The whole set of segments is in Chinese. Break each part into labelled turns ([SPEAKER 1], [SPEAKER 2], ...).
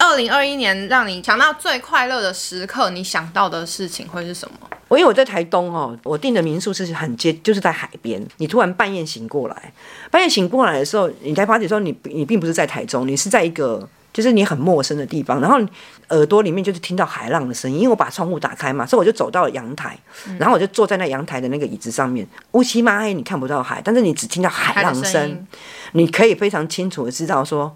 [SPEAKER 1] 二零二一年让你想到最快乐的时刻，你想到的事情会是什么？
[SPEAKER 2] 我因为我在台东哦，我订的民宿是很接，就是在海边。你突然半夜醒过来，半夜醒过来的时候，你才发觉说你你并不是在台中，你是在一个就是你很陌生的地方，然后耳朵里面就是听到海浪的声音。因为我把窗户打开嘛，所以我就走到了阳台，
[SPEAKER 1] 嗯
[SPEAKER 2] 然后我就坐在那阳台的那个椅子上面，乌漆嘛黑，你看不到海，但是你只听到海
[SPEAKER 1] 海
[SPEAKER 2] 浪
[SPEAKER 1] 的声
[SPEAKER 2] 哎声
[SPEAKER 1] 音，
[SPEAKER 2] 你可以非常清楚的知道说，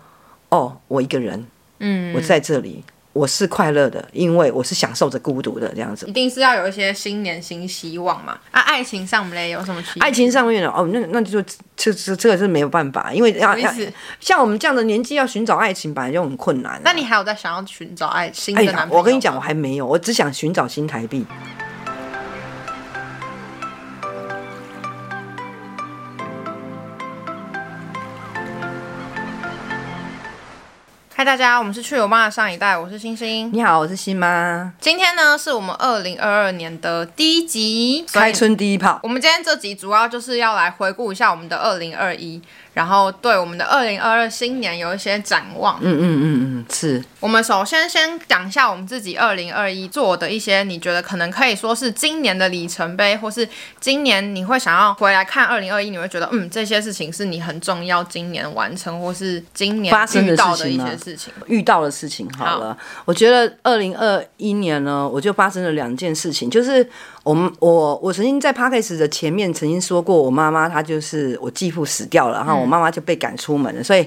[SPEAKER 2] 哦，我一个人，嗯，我在这里。我是快乐的，因为我是享受着孤独的这样子
[SPEAKER 1] 一。定是要有一些新年新希望嘛。啊，爱情上面有什么期？
[SPEAKER 2] 爱情上面的哦，那那就这这这个是没有办法，因为要
[SPEAKER 1] 什么
[SPEAKER 2] 要
[SPEAKER 1] 意思
[SPEAKER 2] 像我们这样的年纪要寻找爱情本来就很困难啊、
[SPEAKER 1] 那你还有在想要寻找爱新的
[SPEAKER 2] 哎
[SPEAKER 1] 男朋
[SPEAKER 2] 呀
[SPEAKER 1] 友，吗？
[SPEAKER 2] 我跟你讲，我还没有，我只想寻找新台币。
[SPEAKER 1] 嗨，大家，我们是去我妈的上一代，我是星星。
[SPEAKER 2] 你好，我是新妈，
[SPEAKER 1] 今天呢，是我们二零二二年的第一集，
[SPEAKER 2] 开。春第一炮。
[SPEAKER 1] 我们今天这集主要就是要来回顾一下我们的二零二一，然后对我们的二零二二新年有一些展望。
[SPEAKER 2] 嗯嗯嗯嗯，是
[SPEAKER 1] 我们首先先讲一下我们自己二零二一做的一些，你觉得可能可以说是今年的里程碑，或是今年你会想要回来看二零二一，你会觉得嗯，这些事情是你很重要，今年完成或是今年
[SPEAKER 2] 发生的
[SPEAKER 1] 遇到
[SPEAKER 2] 事
[SPEAKER 1] 的一
[SPEAKER 2] 情
[SPEAKER 1] 些
[SPEAKER 2] 吗
[SPEAKER 1] 事情。
[SPEAKER 2] 遇到的事情好了。我觉得二零二一年呢，我就发生了两件事情，就是我们我我曾经在 p a c k a g e 的前面曾经说过，我妈妈她就是我继父死掉了，然
[SPEAKER 1] 嗯
[SPEAKER 2] 后我妈妈就被赶出门了，所以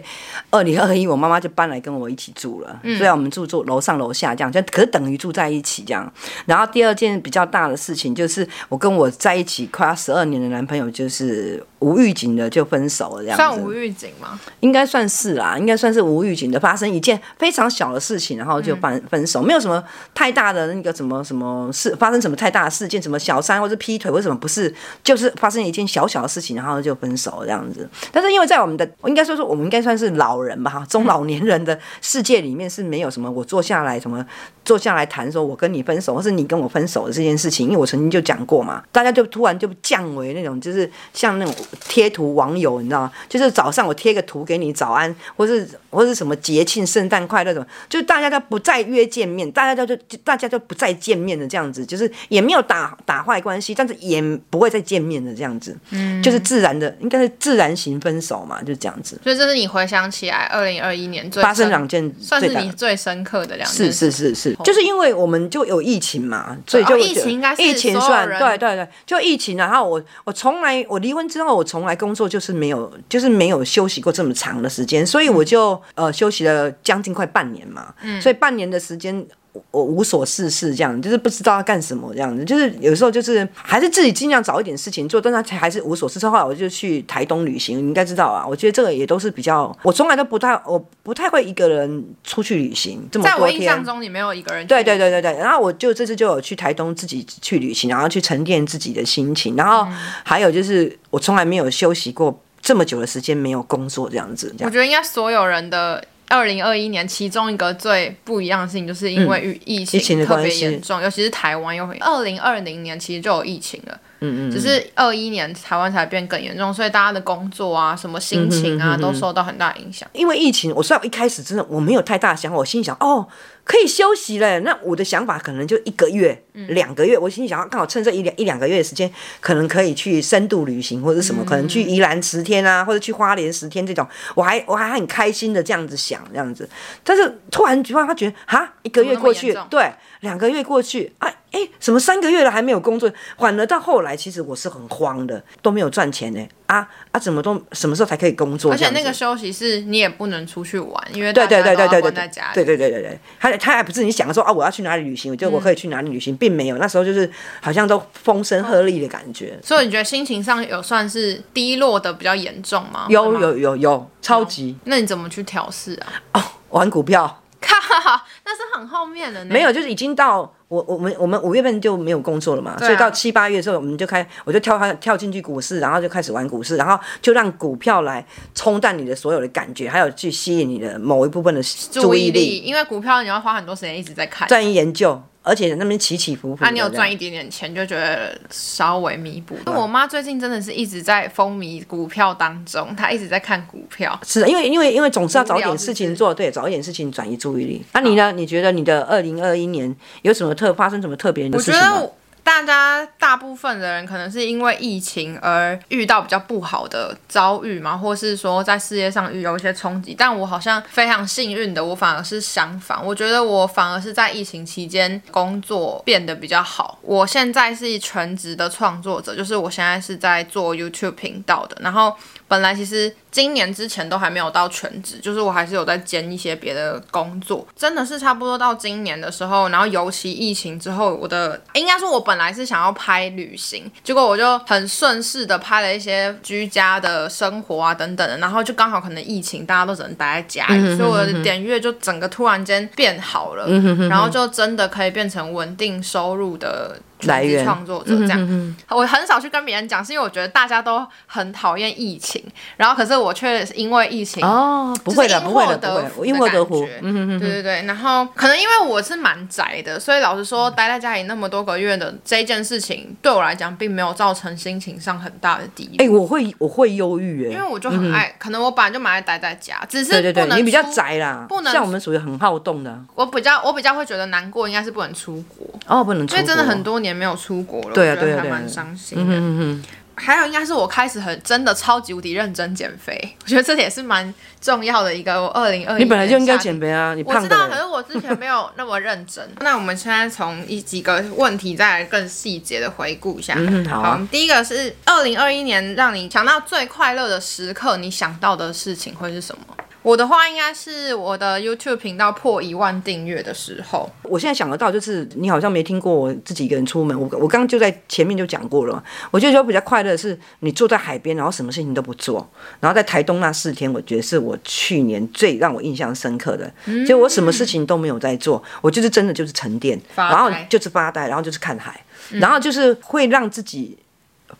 [SPEAKER 2] 二零二一我妈妈就搬来跟我一起住了，
[SPEAKER 1] 嗯
[SPEAKER 2] 虽然我们住住楼上楼下这样，就可是等于住在一起这样。然后第二件比较大的事情就是我跟我在一起快要十二年的男朋友就是无预警的就分手了，这样子。
[SPEAKER 1] 算无预警吗？
[SPEAKER 2] 应该算是啦、应该算是无预警的发生一件非常小的事情，然后就分分手，没有什么太大的那个什么什么事发生什么太大的事件，什么小三或者劈腿，为什么不是？就是发生一件小小的事情，然后就分手这样子。但是因为在我们的，我应该说说我们应该算是老人吧，哈，中老年人的世界里面是没有什么我坐下来什么坐下来谈说我跟你分手，或是你跟我分手的这件事情，因为我曾经就讲过嘛，大家就突然就降为那种就是像那种贴图网友，你知道吗？就是早上我贴个图给你早安，或是或是什么节庆、圣诞快乐什么，就大家都不再约见面，大家就就大家就不再见面的这样子，就是也没有打打坏关系，但是也不会再见面的这样子，嗯，就是自然的，应该是自然型分手嘛，就这样子。
[SPEAKER 1] 所以这是你回想起来二零二一年最
[SPEAKER 2] 发生
[SPEAKER 1] 深
[SPEAKER 2] 两件
[SPEAKER 1] 算
[SPEAKER 2] 最
[SPEAKER 1] 是
[SPEAKER 2] 大
[SPEAKER 1] 你最深刻的两件
[SPEAKER 2] 是
[SPEAKER 1] 事。
[SPEAKER 2] 是是是，就是因为我们就有疫情嘛，所以
[SPEAKER 1] 哦
[SPEAKER 2] 就
[SPEAKER 1] 疫情应该是
[SPEAKER 2] 疫情
[SPEAKER 1] 所有
[SPEAKER 2] 算
[SPEAKER 1] 人
[SPEAKER 2] 对对对，就疫情啊。然后我我从来我离婚之后，我从来工作就是没有就是没有休息过这么长的时间，所以我就、呃休息了将近快半年嘛，
[SPEAKER 1] 嗯
[SPEAKER 2] 所以半年的时间。我我无所事事，这样就是不知道要干什么，这样子就是有时候就是还是自己尽量找一点事情做，但他还是无所事事。后来我就去台东旅行，你应该知道啊。我觉得这个也都是比较，我从来都不太我不太会一个人出去旅行这么
[SPEAKER 1] 在
[SPEAKER 2] 多
[SPEAKER 1] 我
[SPEAKER 2] 天。
[SPEAKER 1] 印象中，你没有一个人
[SPEAKER 2] 对
[SPEAKER 1] 对
[SPEAKER 2] 对对对对，然后我就这次就有去台东自己去旅行，然后去沉淀自己的心情，然
[SPEAKER 1] 嗯
[SPEAKER 2] 后还有就是我从来没有休息过这么久的时间没有工作这样子，
[SPEAKER 1] 我
[SPEAKER 2] 这样
[SPEAKER 1] 觉得应该所有人的二零二一年，其中一个最不一样的事情，就是因为与疫
[SPEAKER 2] 嗯疫情
[SPEAKER 1] 情
[SPEAKER 2] 的
[SPEAKER 1] 特
[SPEAKER 2] 关
[SPEAKER 1] 别
[SPEAKER 2] 系
[SPEAKER 1] 严重，尤其是台湾又很。二零二零年其实就有疫情了，嗯嗯只是二一年台湾才变更严重，所以大家的工作啊、什么心情
[SPEAKER 2] 嗯
[SPEAKER 1] 啊，都受到很大影响。
[SPEAKER 2] 因为疫情，我虽然一开始真的我没有太大想法，我心里想哦可以休息了，那我的想法可能就一个月、
[SPEAKER 1] 嗯
[SPEAKER 2] 两个月，我心里想哦要刚好趁这一两一两个月的时间，可能可以去深度旅行或者什么，可能去宜兰十天啊，或者去花莲十天这种，我还我还很开心的这样子想这样子，但是突然突然他觉得哈一个月
[SPEAKER 1] 怎么那么
[SPEAKER 2] 过去
[SPEAKER 1] 嗯严重，
[SPEAKER 2] 对，两个月过去，哎、哎，什么三个月了还没有工作，反而到后来其实我是很慌的，都没有赚钱呢、啊啊，怎么都什么时候才可以工作
[SPEAKER 1] 而
[SPEAKER 2] 这
[SPEAKER 1] 且
[SPEAKER 2] 样子？
[SPEAKER 1] 那个休息是你也不能出去玩，因为
[SPEAKER 2] 对对对对
[SPEAKER 1] 大家都
[SPEAKER 2] 对
[SPEAKER 1] 要
[SPEAKER 2] 对
[SPEAKER 1] 关在家里。
[SPEAKER 2] 对对对对对，他他还不是你想说啊，我要去哪里旅行，我就我可以去哪里旅行，并没有，那时候就是好像都风声鹤唳的感觉，
[SPEAKER 1] 所以你觉得心情上有算是低落的比较严重吗？会
[SPEAKER 2] 有
[SPEAKER 1] 吗。
[SPEAKER 2] 有有有，超级
[SPEAKER 1] 那你怎么去调试啊？
[SPEAKER 2] 玩股票
[SPEAKER 1] 靠，那是很后面的呢。
[SPEAKER 2] 没有，就是已经到。我我们我们五月份就没有工作了嘛，
[SPEAKER 1] 啊
[SPEAKER 2] 所以到七八月的时候，我们就开我就跳开跳进去股市，然后就开始玩股市，然后就让股票来冲淡你的所有的感觉，还有去吸引你的某一部分的
[SPEAKER 1] 注
[SPEAKER 2] 注
[SPEAKER 1] 意
[SPEAKER 2] 意
[SPEAKER 1] 力，
[SPEAKER 2] 力，
[SPEAKER 1] 因为股票你要花很多时间一直在看。
[SPEAKER 2] 在研究，而且那边起起伏伏的
[SPEAKER 1] 啊，
[SPEAKER 2] 这样。
[SPEAKER 1] 你有赚一点点钱，就觉得稍微弥补。我妈最近真的是一直在风靡股票当中，她一直在看股票。
[SPEAKER 2] 是啊因为因为因为总是要找一点
[SPEAKER 1] 无聊
[SPEAKER 2] 事
[SPEAKER 1] 是不
[SPEAKER 2] 情
[SPEAKER 1] 是
[SPEAKER 2] 做，对，找一点事情转移注意力。那、你呢？你觉得你的二零二一年有什么特发生什么特别的
[SPEAKER 1] 我
[SPEAKER 2] 事
[SPEAKER 1] 觉
[SPEAKER 2] 情吗？
[SPEAKER 1] 得大家大部分的人可能是因为疫情而遇到比较不好的遭遇嘛，或是说在事业上遇有一些冲击。但我好像非常幸运的，我反而是相反，我觉得我反而是在疫情期间工作变得比较好。我现在是全职的创作者，就是我现在是在做 YouTube 频道的，然后。本来其实今年之前都还没有到全职，就是我还是有在兼一些别的工作，真的是差不多到今年的时候，然后尤其疫情之后，我的应该说，我本来是想要拍旅行，结果我就很顺势的拍了一些居家的生活啊等等的，然后就刚好可能疫情大家都只能待在家里，
[SPEAKER 2] 嗯
[SPEAKER 1] 所以我的点阅就整个突然间变好了，然后就真的可以变成稳定收入的全职
[SPEAKER 2] 来源嗯
[SPEAKER 1] 创作者这样。我很少去跟别人讲，是因为我觉得大家都很讨厌疫情，然后可是我却因为疫情。
[SPEAKER 2] 哦，不会的，不会的，不会的，我因祸得福。嗯
[SPEAKER 1] 嗯嗯，对对对。然后可能因为我是蛮宅的，所以老实说，待在家里那么多个月的这件事情，对我来讲并没有造成心情上很大的低
[SPEAKER 2] 哎、
[SPEAKER 1] 落，
[SPEAKER 2] 我会我会忧郁
[SPEAKER 1] 因
[SPEAKER 2] 哎
[SPEAKER 1] 为，我就很爱，可能我本来就蛮爱待在家，只是
[SPEAKER 2] 对对
[SPEAKER 1] 不能
[SPEAKER 2] 对，你比较
[SPEAKER 1] 出。
[SPEAKER 2] 宅啦，
[SPEAKER 1] 不能
[SPEAKER 2] 像我们属于很好动的
[SPEAKER 1] 我比较我比较会觉得难过，应该是不能出国，
[SPEAKER 2] 哦，不能出
[SPEAKER 1] 因为真的
[SPEAKER 2] 国
[SPEAKER 1] 很多年没有出国了，
[SPEAKER 2] 对啊
[SPEAKER 1] 我觉
[SPEAKER 2] 对
[SPEAKER 1] 得
[SPEAKER 2] 啊
[SPEAKER 1] 还
[SPEAKER 2] 对啊
[SPEAKER 1] 蛮伤心的。还有应该是我开始很真的超级无敌认真减肥，我觉得这也是蛮重要的一个我二零二一。
[SPEAKER 2] 你本来就应该减肥啊，你
[SPEAKER 1] 我
[SPEAKER 2] 胖
[SPEAKER 1] 知
[SPEAKER 2] 的
[SPEAKER 1] 道，可是
[SPEAKER 2] 嘞。
[SPEAKER 1] 我之前没有那么认真。 那我们现在从一几个问题再来更细节的回顾一下。
[SPEAKER 2] 嗯好啊
[SPEAKER 1] 我们第一个是二零二一年让你想到最快乐的时刻，你想到的事情会是什么？我的话应该是我的 YouTube 频道破一万订阅的时候，
[SPEAKER 2] 我现在想得到，就是你好像没听过我自己一个人出门，我我刚刚就在前面就讲过了嘛。我觉得有比较快乐的是，你坐在海边，然后什么事情都不做，然后在台东那四天，我觉得是我去年最让我印象深刻的。
[SPEAKER 1] 嗯
[SPEAKER 2] 就我什么事情都没有在做，我就是真的就是沉淀，
[SPEAKER 1] 发呆嗯
[SPEAKER 2] 然后就是发呆，然后就是看海，然后就是会让自己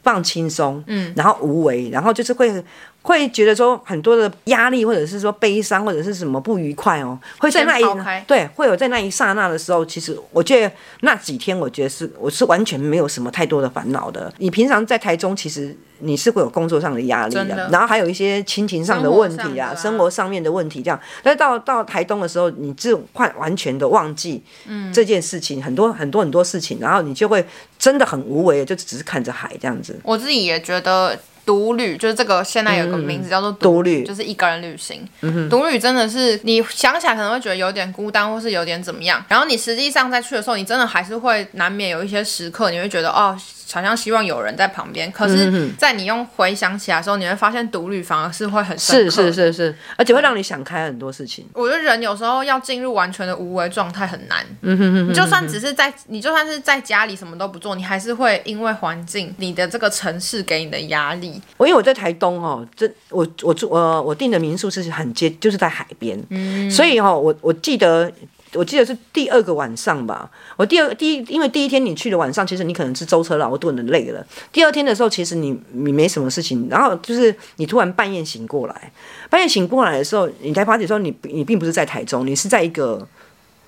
[SPEAKER 2] 放轻松，嗯，然后无为，然后就是会。会觉得说很多的压力，或者是说悲伤，或者是什么不愉快哦，会在那一
[SPEAKER 1] 先抛开
[SPEAKER 2] 对，会有在那一刹那的时候，其实我觉得那几天，我觉得是我是完全没有什么太多的烦恼的。你平常在台中，其实你是会有工作上的压力的，
[SPEAKER 1] 真的
[SPEAKER 2] 然后还有一些亲情上的
[SPEAKER 1] 生活
[SPEAKER 2] 问
[SPEAKER 1] 上
[SPEAKER 2] 题
[SPEAKER 1] 的
[SPEAKER 2] 啊，
[SPEAKER 1] 啊
[SPEAKER 2] 生活上面的问题这样。但是到到台东的时候，你就换完全的忘记
[SPEAKER 1] 嗯
[SPEAKER 2] 这件事情，很多很多很多事情，然后你就会真的很无为，就只是看着海这样子。
[SPEAKER 1] 我自己也觉得独旅就是这个现在有个名字叫做
[SPEAKER 2] 独
[SPEAKER 1] 旅，
[SPEAKER 2] 旅
[SPEAKER 1] 就是一个人旅行。独旅真的是你想起来可能会觉得有点孤单，或是有点怎么样，然后你实际上在去的时候，你真的还是会难免有一些时刻，你会觉得哦。好像希望有人在旁边，可是，在你用回想起来的时候，你会发现独旅反而是会很深
[SPEAKER 2] 是
[SPEAKER 1] 刻
[SPEAKER 2] 是
[SPEAKER 1] 的。
[SPEAKER 2] 是是，而且会让你想开很多事情。
[SPEAKER 1] 我觉得人有时候要进入完全的无为状态很难。嗯哼哼，你就算只是在，你就算是在家里什么都不做，你还是会因为环境、你的这个城市给你的压力，
[SPEAKER 2] 我因为我在台东哦，这我我住呃我订的民宿是很接，就是在海边，所以哦，我我记得。我记得是第二个晚上吧，我第二第一，因为第一天你去的晚上，其实你可能是舟车劳顿的累了。第二天的时候，其实你你没什么事情，然后就是你突然半夜醒过来，半夜醒过来的时候，你才发觉说你你并不是在台中，你是在一个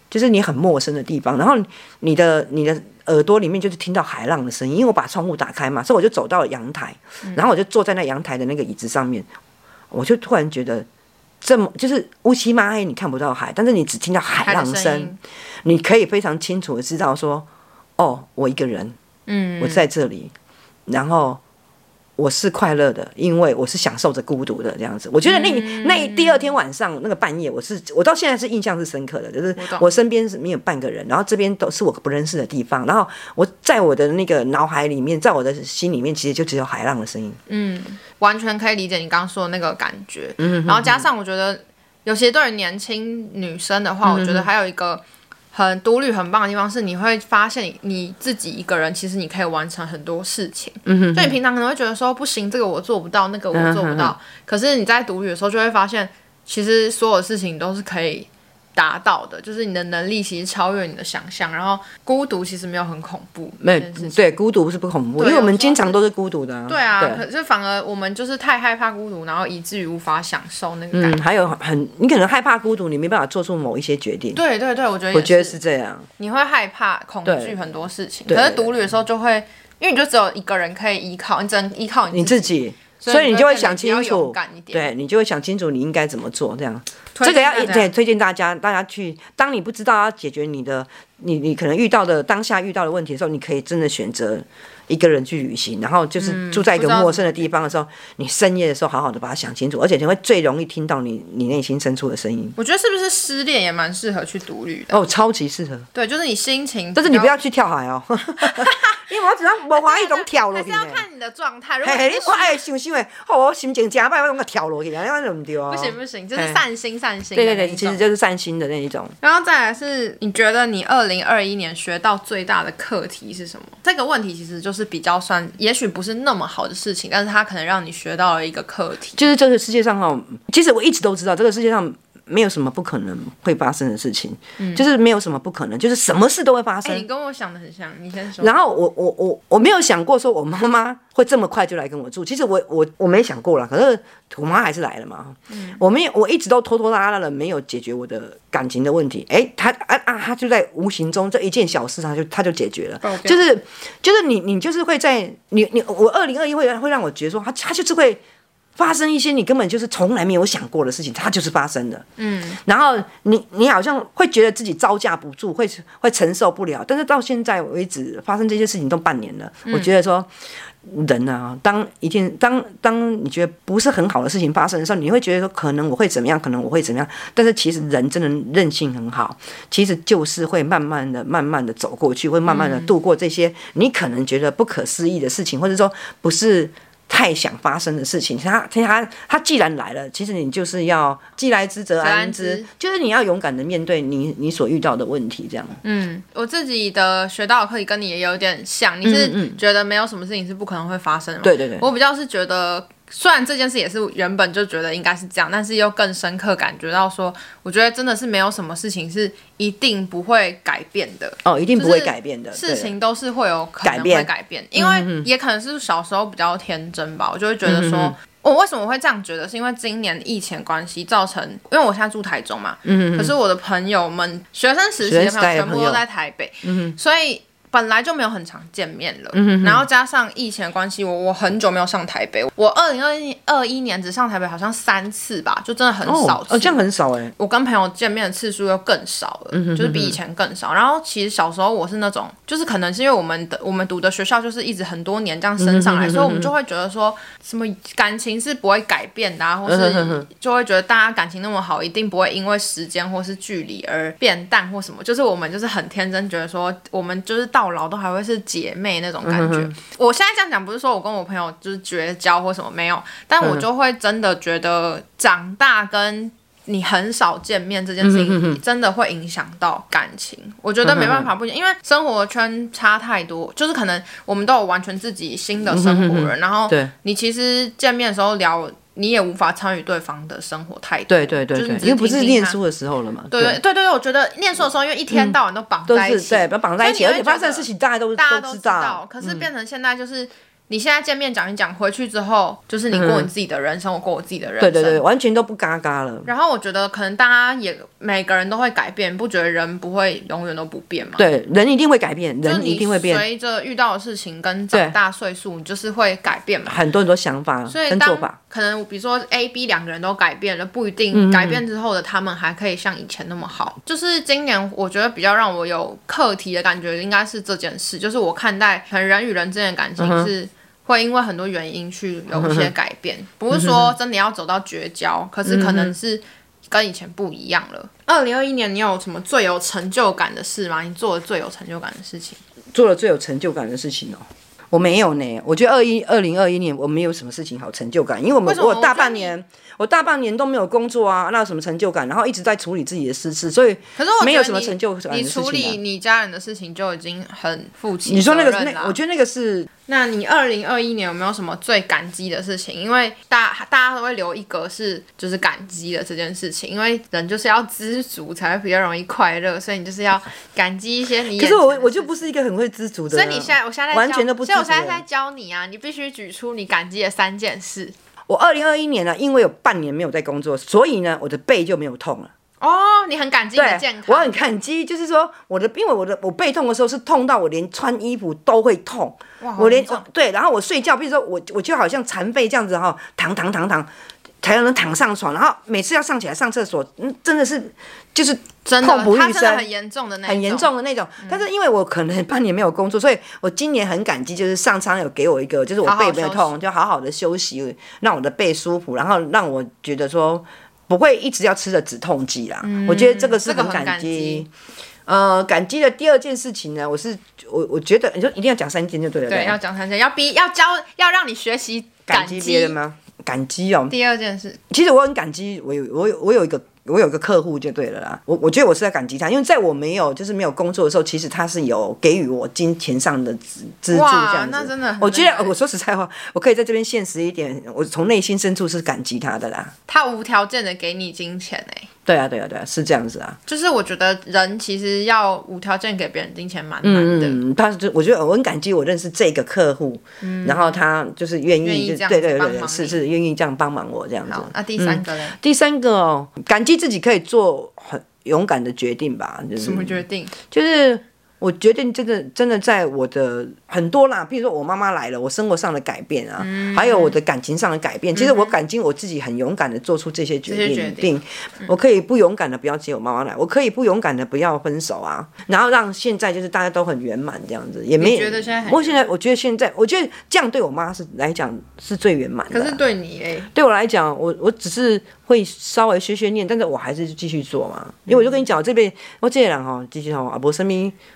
[SPEAKER 2] 就是你很陌生的地方，然后你的你的耳朵里面就是听到海浪的声音，因为我把窗户打开嘛，所以我就走到了阳台，
[SPEAKER 1] 嗯
[SPEAKER 2] 然后我就坐在那阳台的那个椅子上面，我就突然觉得。这么就是乌漆嘛黑，你看不到海，但是你只听到海
[SPEAKER 1] 海
[SPEAKER 2] 浪
[SPEAKER 1] 的声
[SPEAKER 2] 声
[SPEAKER 1] 音，。
[SPEAKER 2] 你可以非常清楚的知道说，哦，我一个人，
[SPEAKER 1] 嗯，
[SPEAKER 2] 我在这里，然后我是快乐的，因为我是享受着孤独的这样子。我觉得那、那一第二天晚上那个半夜，我是我到现在是印象是深刻的，就是
[SPEAKER 1] 懂
[SPEAKER 2] 我身边是没有半个人，然后这边都是我不认识的地方，然后我在我的那个脑海里面，在我的心里面，其实就只有海浪的声音。
[SPEAKER 1] 完全可以理解你刚刚说的那个感觉。然后加上我觉得，有些对于年轻女生的话，我觉得还有一个很独立很棒的地方是，你会发现你你自己一个人，其实你可以完成很多事情。就你平常可能会觉得说不行，这个我做不到，那个我做不到，可是你在独旅的时候就会发现，其实所有事情都是可以。达到的，就是你的能力其实超越你的想象，然后孤独其实没有很恐怖，
[SPEAKER 2] 没有
[SPEAKER 1] 这件事情
[SPEAKER 2] 对孤独是不恐怖，因为我们经常都是孤独的、啊。
[SPEAKER 1] 对啊，可是反而我们就是太害怕孤独，然后以至于无法享受那个感
[SPEAKER 2] 嗯，
[SPEAKER 1] 觉。
[SPEAKER 2] 还有很，你可能害怕孤独，你没办法做出某一些决定。
[SPEAKER 1] 对对对，我觉得
[SPEAKER 2] 我
[SPEAKER 1] 我
[SPEAKER 2] 觉得是这样。
[SPEAKER 1] 你会害怕、恐惧
[SPEAKER 2] 对
[SPEAKER 1] 很多事情，
[SPEAKER 2] 对
[SPEAKER 1] 可是独旅的时候就会，因为你就只有一个人可以依靠，你只能依靠你
[SPEAKER 2] 你
[SPEAKER 1] 自己。所
[SPEAKER 2] 自己，
[SPEAKER 1] 以
[SPEAKER 2] 所以
[SPEAKER 1] 你
[SPEAKER 2] 你
[SPEAKER 1] 就
[SPEAKER 2] 就
[SPEAKER 1] 会
[SPEAKER 2] 会
[SPEAKER 1] 变得
[SPEAKER 2] 想
[SPEAKER 1] 比较勇
[SPEAKER 2] 清楚
[SPEAKER 1] 敢一，点
[SPEAKER 2] 对你就会想清楚你应该怎么做。这样，
[SPEAKER 1] 推
[SPEAKER 2] 这个
[SPEAKER 1] 荐
[SPEAKER 2] 要
[SPEAKER 1] 大家
[SPEAKER 2] 对推荐大家，大家去，当你不知道要解决你的，你你可能遇到的当下遇到的问题的时候，你可以真的选择一个人去旅行，然后就是住在一
[SPEAKER 1] 不
[SPEAKER 2] 个
[SPEAKER 1] 知道
[SPEAKER 2] 陌
[SPEAKER 1] 怎
[SPEAKER 2] 生的地方的时候，你深夜的时候好好的把它想清楚，而且你会最容易听到你你内心深处的声音。
[SPEAKER 1] 我觉得是不是失恋也蛮适合去独旅的？
[SPEAKER 2] 哦，超级适合，
[SPEAKER 1] 对，就是你心情，
[SPEAKER 2] 但是你不要去跳海哦， 因为我只要无怀疑种跳落
[SPEAKER 1] 还
[SPEAKER 2] 去
[SPEAKER 1] 是
[SPEAKER 2] 呢
[SPEAKER 1] 要看你的状态。如果
[SPEAKER 2] 嘿
[SPEAKER 1] 你
[SPEAKER 2] 嘿，
[SPEAKER 1] 是
[SPEAKER 2] 你我哎想想诶，吼，我心情真歹，我拢甲跳落去，安尼就毋对啊。
[SPEAKER 1] 不行不行，就是
[SPEAKER 2] 嘿
[SPEAKER 1] 散心散心的
[SPEAKER 2] 对
[SPEAKER 1] 那一种。
[SPEAKER 2] 对对，其实就是善心的那一种。
[SPEAKER 1] 然后再来是，你觉得你二零二一年学到最大的课题是什么？这个问题其实就是比较算，也许不是那么好的事情，但是它可能让你学到了一个课题。
[SPEAKER 2] 就是这个世界上哈，其实我一直都知道，这个世界上没有什么不可能会发生的事情，就是没有什么不可能，就是什么事都会发
[SPEAKER 1] 哎、你
[SPEAKER 2] 生。
[SPEAKER 1] 跟我想的很像，你先说。
[SPEAKER 2] 然后我我我我没有想过说我妈妈会这么快就来跟我住，其实我我我没想过啦，可是我妈还是来了嘛。我没有我一直都拖拖拉拉的，没有解决我的感情的问题。哎，她啊啊，她就在无形中这一件小事，她就她就解决了
[SPEAKER 1] 爆，掉
[SPEAKER 2] 就是就是你你就是会在你你我二零二一会会让我觉得说，她她就是会。发生一些你根本就是从来没有想过的事情，它就是发生的。嗯，然后你你好像会觉得自己招架不住，会会承受不了。但是到现在为止，发生这些事情都半年了，
[SPEAKER 1] 嗯
[SPEAKER 2] 我觉得说。人啊，当一件当当你觉得不是很好的事情发生的时候，你会觉得说可能我会怎么样，可能我会怎么样。但是其实人真的韧性很好，其实就是会慢慢的、慢慢的走过去，会慢慢的度过这些你可能觉得不可思议的事情，或者说不是太想发生的事情，他他他既然来了，其实你就是要既来之则安之，
[SPEAKER 1] 则安之
[SPEAKER 2] 就是你要勇敢的面对你你所遇到的问题，这样。
[SPEAKER 1] 我自己的学到的课题跟你也有点像，你是觉得没有什么事情是不可能会发生的吗？
[SPEAKER 2] 对对对
[SPEAKER 1] 我比较是觉得，虽然这件事也是原本就觉得应该是这样，但是又更深刻感觉到说，我觉得真的是没有什么事情是一定不会改变的。
[SPEAKER 2] 哦，一定不
[SPEAKER 1] 就是
[SPEAKER 2] 会改变的
[SPEAKER 1] 事。
[SPEAKER 2] 对啊
[SPEAKER 1] 情都是会有可能
[SPEAKER 2] 改
[SPEAKER 1] 会
[SPEAKER 2] 变嗯
[SPEAKER 1] 改变，因为也可能是小时候比较天真吧，我就会觉得说。我为什么会这样觉得？是因为今年疫情关系造成，因为我现在住台中嘛，可是我的朋友们、学生时期的
[SPEAKER 2] 嗯学生时
[SPEAKER 1] 朋
[SPEAKER 2] 代
[SPEAKER 1] 友
[SPEAKER 2] 的
[SPEAKER 1] 全部
[SPEAKER 2] 朋
[SPEAKER 1] 都
[SPEAKER 2] 友嗯
[SPEAKER 1] 在台北，所以本来就没有很常见面了。然后加上疫情的关系，我我很久没有上台北，我二零二一二一年只上台北好像三次吧，就真的很
[SPEAKER 2] 哦
[SPEAKER 1] 少次。
[SPEAKER 2] 哦，这样很少哎、
[SPEAKER 1] 我跟朋友见面的次数又更少了，就是比以前更少。然后其实小时候我是那种，就是可能是因为我们的我们读的学校就是一直很多年这样升上来，所以我们就会觉得说什么感情是不会改变的、啊，或是就会觉得大家感情那么好，一定不会因为时间或是距离而变淡或什么。就是我们就是很天真，觉得说我们就是到老都还会是姐妹那种感觉。我现在这样讲不是说我跟我朋友就是绝交或什么没有，但
[SPEAKER 2] 嗯
[SPEAKER 1] 我就会真的觉得长大跟你很少见面这件
[SPEAKER 2] 嗯
[SPEAKER 1] 事情，真的会影响到感情。我觉得没办法不行，因为
[SPEAKER 2] 嗯
[SPEAKER 1] 生活圈差太多，就是可能我们都有完全自己新的生
[SPEAKER 2] 嗯
[SPEAKER 1] 活了，然后
[SPEAKER 2] 对
[SPEAKER 1] 你其实见面的时候聊，你也无法参与对方的生活太多。
[SPEAKER 2] 对对对
[SPEAKER 1] 就是你
[SPEAKER 2] 对，
[SPEAKER 1] 只
[SPEAKER 2] 因为不是
[SPEAKER 1] 听听
[SPEAKER 2] 念
[SPEAKER 1] 他
[SPEAKER 2] 书的时候了嘛，
[SPEAKER 1] 对对对对，我觉得念书的时候，因为一天到晚都绑
[SPEAKER 2] 都
[SPEAKER 1] 在一
[SPEAKER 2] 是
[SPEAKER 1] 起，
[SPEAKER 2] 对，把绑在一起，
[SPEAKER 1] 所以你
[SPEAKER 2] 而
[SPEAKER 1] 会觉
[SPEAKER 2] 且发生的
[SPEAKER 1] 得
[SPEAKER 2] 事情大家都
[SPEAKER 1] 大家
[SPEAKER 2] 知嗯
[SPEAKER 1] 知道。可是变成现在就是。你现在见面讲一讲，回去之后就是你过你自己的人生，我过我自己的人生。
[SPEAKER 2] 嗯对对对，完全都不嘎嘎了。
[SPEAKER 1] 然后我觉得可能大家也每个人都会改变，不觉得人不会永远都不变吗？，
[SPEAKER 2] 对，人一定会改变，
[SPEAKER 1] 就是
[SPEAKER 2] 人
[SPEAKER 1] 你
[SPEAKER 2] 一定会变，
[SPEAKER 1] 随着遇到的事情跟长大岁数，你就是会改变嘛。
[SPEAKER 2] 很多很多想法
[SPEAKER 1] 所以
[SPEAKER 2] 跟做
[SPEAKER 1] 当
[SPEAKER 2] 法。嗯
[SPEAKER 1] 可能比如说 A、B 两个人都改变了，不一定改变之后的他们还可以像以前那么好。就是今年我觉得比较让我有课题的感觉，应该是这件事，就是我看待可能人与人之间的感
[SPEAKER 2] 嗯
[SPEAKER 1] 情是。会因为很多原因去有一些改变，
[SPEAKER 2] 嗯
[SPEAKER 1] 不是说真的要走到绝交，可是可能是跟以前不一样了。二零二一年，你有什么最有成就感的事吗？你做的最有成就感的事情？
[SPEAKER 2] 做了最有成就感的事情哦。我没有呢，我觉得二一二零二一年我没有什么事情好成就感，因为我们
[SPEAKER 1] 什么
[SPEAKER 2] 我大
[SPEAKER 1] 我觉得
[SPEAKER 2] 半
[SPEAKER 1] 你
[SPEAKER 2] 年我大半年都没有工作啊，那有什么成就感？然后一直在处理自己的私事，所以
[SPEAKER 1] 可是我觉得
[SPEAKER 2] 没有什么
[SPEAKER 1] 你
[SPEAKER 2] 成就感的
[SPEAKER 1] 你
[SPEAKER 2] 事情啊
[SPEAKER 1] 处理你家人的事情就已经很负起
[SPEAKER 2] 你说那个
[SPEAKER 1] 责任啊
[SPEAKER 2] 那，
[SPEAKER 1] 啦
[SPEAKER 2] 我觉得那个是
[SPEAKER 1] 那你二零二一年有没有什么最感激的事情？因为大大家都会留一格是就是感激的这件事情，因为人就是要知足才会比较容易快乐，所以你就是要感激一些你。
[SPEAKER 2] 可是我我就不。是一个很会知足的
[SPEAKER 1] 所以
[SPEAKER 2] 人。
[SPEAKER 1] 你现在，我现在在教
[SPEAKER 2] 完全都不知
[SPEAKER 1] 所以
[SPEAKER 2] 足
[SPEAKER 1] 我现在
[SPEAKER 2] 的
[SPEAKER 1] 在
[SPEAKER 2] 人。
[SPEAKER 1] 教你啊，你必须举出你感激的三件事。
[SPEAKER 2] 我二零二一年呢、因为有半年没有在工作，所以呢，我的背就没有痛了。
[SPEAKER 1] 哦，你很感激你的健
[SPEAKER 2] 对
[SPEAKER 1] 康，。
[SPEAKER 2] 我很感激，就是说我的，因为我的我背痛的时候是痛到我连穿衣服都会痛，我连
[SPEAKER 1] 严重
[SPEAKER 2] 对，然后我睡觉，比如说我我就好像残废这样子哈、躺躺躺躺。才能躺上床，然后每次要上起来上厕所，嗯，真的是就是
[SPEAKER 1] 真的，
[SPEAKER 2] 痛不
[SPEAKER 1] 他
[SPEAKER 2] 欲
[SPEAKER 1] 真的
[SPEAKER 2] 生，
[SPEAKER 1] 很严重的那一
[SPEAKER 2] 很严
[SPEAKER 1] 种。
[SPEAKER 2] 重的那种。但
[SPEAKER 1] 嗯
[SPEAKER 2] 是因为我可能半年没有工作，所以我今年很感激，就是上苍有给我一个，就是我
[SPEAKER 1] 好好
[SPEAKER 2] 背没有
[SPEAKER 1] 休
[SPEAKER 2] 痛，就好好的休息，让我的背舒服，然后让我觉得说不会一直要吃着止痛剂啦。我觉得这个
[SPEAKER 1] 嗯这
[SPEAKER 2] 是
[SPEAKER 1] 个
[SPEAKER 2] 很
[SPEAKER 1] 很
[SPEAKER 2] 感
[SPEAKER 1] 感激
[SPEAKER 2] 呃，感激的第二件事情呢，我是我我觉得你说一定要讲三件就对了，
[SPEAKER 1] 对，要讲三件，要逼，要教，要让你学习
[SPEAKER 2] 感
[SPEAKER 1] 激
[SPEAKER 2] 激别人吗？感激哦，
[SPEAKER 1] 第二件事，
[SPEAKER 2] 其实我很感激，我有我有我有一个我有一个客户就对了啦。我我觉得我是在感激他，因为在我没有就是没有工作的时候，其实他是有给予我金钱上的资资助
[SPEAKER 1] 哇
[SPEAKER 2] 这样子。
[SPEAKER 1] 那真的很
[SPEAKER 2] 我觉
[SPEAKER 1] 厉害
[SPEAKER 2] 得我说实在话，我可以在这边现实一点，我从内心深处是感激他的啦。
[SPEAKER 1] 他无条件的给你金钱哎、
[SPEAKER 2] 对啊，对啊，对啊，是这样子啊。
[SPEAKER 1] 就是我觉得人其实要无条件给别人金钱蛮难的。
[SPEAKER 2] 嗯，他就我觉得我很感激我认识这个客户，然后他就是愿
[SPEAKER 1] 嗯愿
[SPEAKER 2] 意
[SPEAKER 1] 意
[SPEAKER 2] 就
[SPEAKER 1] 这样
[SPEAKER 2] 对
[SPEAKER 1] 子
[SPEAKER 2] 对
[SPEAKER 1] 帮
[SPEAKER 2] 对对，
[SPEAKER 1] 忙
[SPEAKER 2] 是
[SPEAKER 1] 你
[SPEAKER 2] 是愿意这样帮忙我这样子
[SPEAKER 1] 好。，那啊第三个嘞？
[SPEAKER 2] 第三个哦，感激自己可以做很勇敢的决定吧，就是
[SPEAKER 1] 什么决定？
[SPEAKER 2] 就是我决定真的真的在我的很多啦，比如说我妈妈来了，我生活上的改变啊，
[SPEAKER 1] 嗯
[SPEAKER 2] 还有我的感情上的改变。其实我感激我自己很勇敢的做出这些决
[SPEAKER 1] 这
[SPEAKER 2] 定，
[SPEAKER 1] 些决定
[SPEAKER 2] 我可以不勇敢的不要接我妈妈来，我可以不勇敢的不要分手啊，然后让现在就是大家都很圆满这样子，也没
[SPEAKER 1] 你觉得现在很
[SPEAKER 2] 我现在我觉得现在我觉得这样对我妈是来讲是最圆满的
[SPEAKER 1] 可
[SPEAKER 2] 啊、
[SPEAKER 1] 是对你哎、
[SPEAKER 2] 对我来讲，我我只是会稍微学学念，但是我还是继续做嘛。因为我就跟你讲，我这边我这个人吼，其实吼也无什么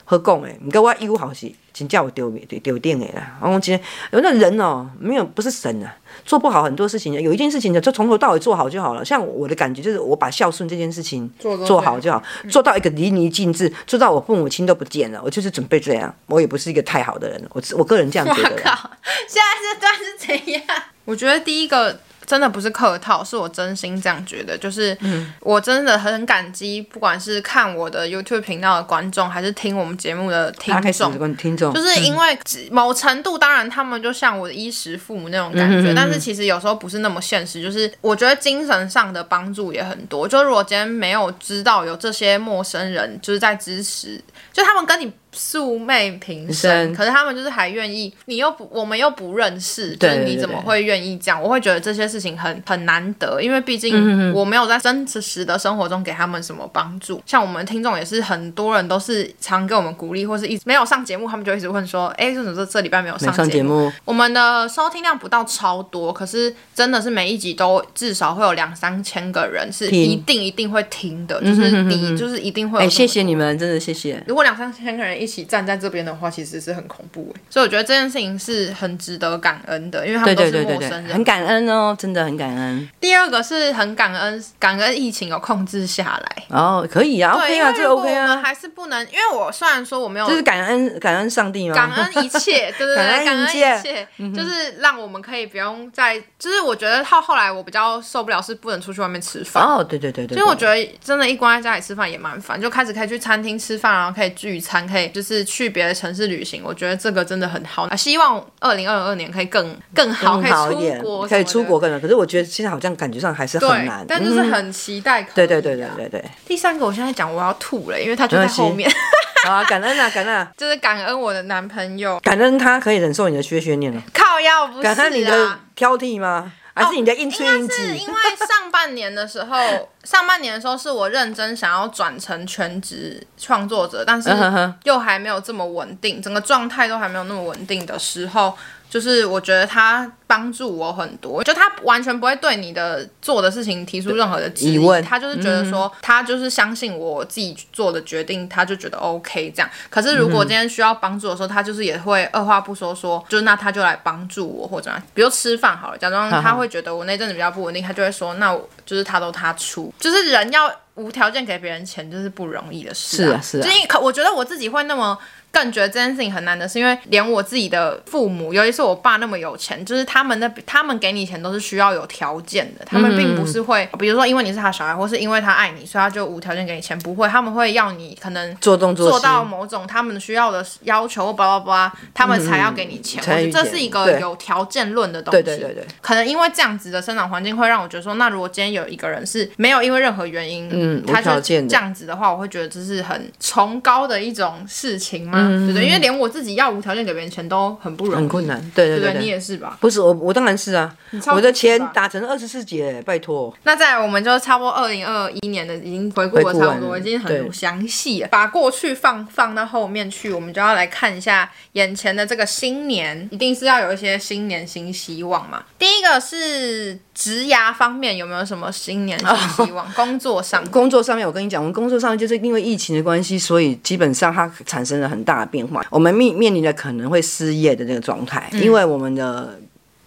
[SPEAKER 2] 好讲的，毋过我有好是真叫我丢丢丢定的啦。我讲真的，有那人哦，没有不是神啊，做不好很多事情，有一件事情就从头到尾做好就好了。像我的感觉就是，我把孝顺这件事情
[SPEAKER 1] 做到
[SPEAKER 2] 做
[SPEAKER 1] 最
[SPEAKER 2] 好
[SPEAKER 1] 好嗯
[SPEAKER 2] 就好，做到一个淋漓尽致，做到我父母亲都不见了，我就是准备这样。我也不是一个太好的人，我我个人这样觉
[SPEAKER 1] 我
[SPEAKER 2] 得啦。
[SPEAKER 1] 靠，现在这段是怎样？ 我觉得第一个真的不是客套，是我真心这样觉得，就是
[SPEAKER 2] 嗯
[SPEAKER 1] 我真的很感激，不管是看我的 YouTube 频道的观众，还是听我们节目的听
[SPEAKER 2] 他开始
[SPEAKER 1] 众。
[SPEAKER 2] 跟听众
[SPEAKER 1] 就是因为某程度，当然他们就像我的衣食父母那种
[SPEAKER 2] 嗯
[SPEAKER 1] 感觉，但是其实有时候不是那么现实。就是我觉得精神上的帮助也很多。就如果今天没有知道有这些陌生人就是在支持，就他们跟你素昧平生，
[SPEAKER 2] 生
[SPEAKER 1] 可是他们就是还愿意，你又不我们又不认识，就
[SPEAKER 2] 对
[SPEAKER 1] 是
[SPEAKER 2] 对
[SPEAKER 1] 你
[SPEAKER 2] 对
[SPEAKER 1] 怎么
[SPEAKER 2] 对
[SPEAKER 1] 会愿意这样？我会觉得这些事情很很难得，因为毕
[SPEAKER 2] 嗯
[SPEAKER 1] 竟我没有在真实的生活中给他们什么帮助。像我们听众也是很多人都是常给我们鼓励，或是一直没有上节目，他们就一直问说：“哎，为什么这这礼拜没有
[SPEAKER 2] 没上节
[SPEAKER 1] 节目？”
[SPEAKER 2] 目。
[SPEAKER 1] 我们的收听量不到超多，可是真的是每一集都至少会有两三千个人是
[SPEAKER 2] 听嗯
[SPEAKER 1] 一定一定会听的，就是你就是一定会有
[SPEAKER 2] 哎、
[SPEAKER 1] 什么
[SPEAKER 2] 谢谢你们，真的谢谢。
[SPEAKER 1] 如果两三千个人一起站在这边的话，其实是很恐怖诶。所以我觉得这件事情是很值得感恩的，因为他们
[SPEAKER 2] 对
[SPEAKER 1] 都是
[SPEAKER 2] 对对对
[SPEAKER 1] 陌
[SPEAKER 2] 对
[SPEAKER 1] 生，人
[SPEAKER 2] 很。感恩哦，真的很感恩。
[SPEAKER 1] 第二个是很感恩，感恩疫情有控制下来。
[SPEAKER 2] 哦，可以啊
[SPEAKER 1] 对，
[SPEAKER 2] ，OK
[SPEAKER 1] 因
[SPEAKER 2] 啊，
[SPEAKER 1] 为
[SPEAKER 2] 这个
[SPEAKER 1] 如果我
[SPEAKER 2] OK
[SPEAKER 1] 们
[SPEAKER 2] 啊，
[SPEAKER 1] 还是不能，因为我虽然说我没有
[SPEAKER 2] 这是感恩感恩上帝吗？
[SPEAKER 1] 感恩一 切，对对对，感
[SPEAKER 2] 感恩
[SPEAKER 1] 恩
[SPEAKER 2] 一
[SPEAKER 1] 一
[SPEAKER 2] 切
[SPEAKER 1] 切，嗯就是让我们可以不用再，就是我觉得到后来我比较受不了是不能出去外面吃饭。
[SPEAKER 2] 哦，对对对对，
[SPEAKER 1] 因为我
[SPEAKER 2] 得
[SPEAKER 1] 觉得真的，一关在家里吃饭也蛮烦，就开始可以去餐厅吃饭，然后可以聚餐，可以就是去别的城市旅行。我觉得这个真的很好，啊、希望二零二二年可以更更好，
[SPEAKER 2] 更嗯好一
[SPEAKER 1] 以
[SPEAKER 2] 点
[SPEAKER 1] 出国，，
[SPEAKER 2] 可以出国。更好。可是我觉得现在好像感觉上还是很
[SPEAKER 1] 对
[SPEAKER 2] 难，，
[SPEAKER 1] 但就是
[SPEAKER 2] 嗯
[SPEAKER 1] 很期待可以、
[SPEAKER 2] 对对对对。对对，
[SPEAKER 1] 第三个，我现在讲我要吐了，因为他就在
[SPEAKER 2] 没关系
[SPEAKER 1] 后面，
[SPEAKER 2] 好啊，感恩啊，感恩啊，
[SPEAKER 1] 就是感恩我的男朋友，
[SPEAKER 2] 感恩他可以忍受你的缺学念了，
[SPEAKER 1] 靠腰我不是啊
[SPEAKER 2] 感恩你
[SPEAKER 1] 啦
[SPEAKER 2] 的。挑剔吗？还是你的应
[SPEAKER 1] 应
[SPEAKER 2] 催
[SPEAKER 1] 该
[SPEAKER 2] 应
[SPEAKER 1] 是因
[SPEAKER 2] 激？
[SPEAKER 1] 为上半年的时候， 上半年的时候是我认真想要转成全职创作者，但是
[SPEAKER 2] 嗯哼哼
[SPEAKER 1] 又还没有这么稳定，整个状态都还没有那么稳定的时候，就是我觉得他帮助我很多，就他完全不会对你的做的事情提出任何的质
[SPEAKER 2] 疑问嗯
[SPEAKER 1] 他就是觉得说、他就是相信我自己做的决定，他就觉得 OK 这样。可是如果今天需要帮助的时候，他就是也会二话不说说，就是那他就来帮助我或者怎么样，比如吃饭好了，假装他会觉得我那阵子比较不稳定，他就会说那我就是他都他出，就是人要。无条件给别人钱就是不容易的事、
[SPEAKER 2] 是
[SPEAKER 1] 啊
[SPEAKER 2] 啊是啊
[SPEAKER 1] 就是因为可我觉得我自己会那么更觉得这件事情很难的是，因为连我自己的父母，尤其是我爸那么有钱，就是他们那他们给你钱都是需要有条件的，他们并不是会，
[SPEAKER 2] 嗯
[SPEAKER 1] 比如说因为你是他小孩，或是因为他爱你，所以他就无条件给你钱，不会，他们会要你可能
[SPEAKER 2] 做动作
[SPEAKER 1] 做
[SPEAKER 2] 戏
[SPEAKER 1] 到某种他们需要的要求，或巴拉巴拉，他们才要给你钱。
[SPEAKER 2] 才
[SPEAKER 1] 我觉得这
[SPEAKER 2] 给
[SPEAKER 1] 是
[SPEAKER 2] 你
[SPEAKER 1] 一个
[SPEAKER 2] 嗯对
[SPEAKER 1] 有条件论的东西。
[SPEAKER 2] 对对对对，
[SPEAKER 1] 可能因为这样子的生长环境，会让我觉得说，那如果今天有一个人是没有因为任何原因，
[SPEAKER 2] 嗯
[SPEAKER 1] 他
[SPEAKER 2] 无条
[SPEAKER 1] 就
[SPEAKER 2] 件的
[SPEAKER 1] 这样子的话，我会觉得这是很崇高的一种事情嘛，对不对？因为连我自己要无条件给别人钱都很不容易，
[SPEAKER 2] 嗯很困难，对对
[SPEAKER 1] 对
[SPEAKER 2] 对
[SPEAKER 1] 你
[SPEAKER 2] 对。
[SPEAKER 1] 也是吧？
[SPEAKER 2] 不是我，我当然是啊，
[SPEAKER 1] 超
[SPEAKER 2] 我的
[SPEAKER 1] 级是
[SPEAKER 2] 钱
[SPEAKER 1] 吧
[SPEAKER 2] 打成二十四节，拜托。
[SPEAKER 1] 那再来，我们就差不多二零二一年的已经回顾
[SPEAKER 2] 回
[SPEAKER 1] 了
[SPEAKER 2] 顾
[SPEAKER 1] 差
[SPEAKER 2] 完
[SPEAKER 1] 不多，
[SPEAKER 2] 了
[SPEAKER 1] 已经很
[SPEAKER 2] 对
[SPEAKER 1] 详细了。把过去放放到后面去，我们就要来看一下眼前的这个新年，一定是要有一些新年新希望嘛。第一个是职涯方面有没有什么新年新希 望？工作上
[SPEAKER 2] 工作上面，我跟你讲，我们工作上面就是因为疫情的关系，所以基本上它产生了很大的变化。我们面面临的可能会失业的那个状态，
[SPEAKER 1] 嗯
[SPEAKER 2] 因为我们的。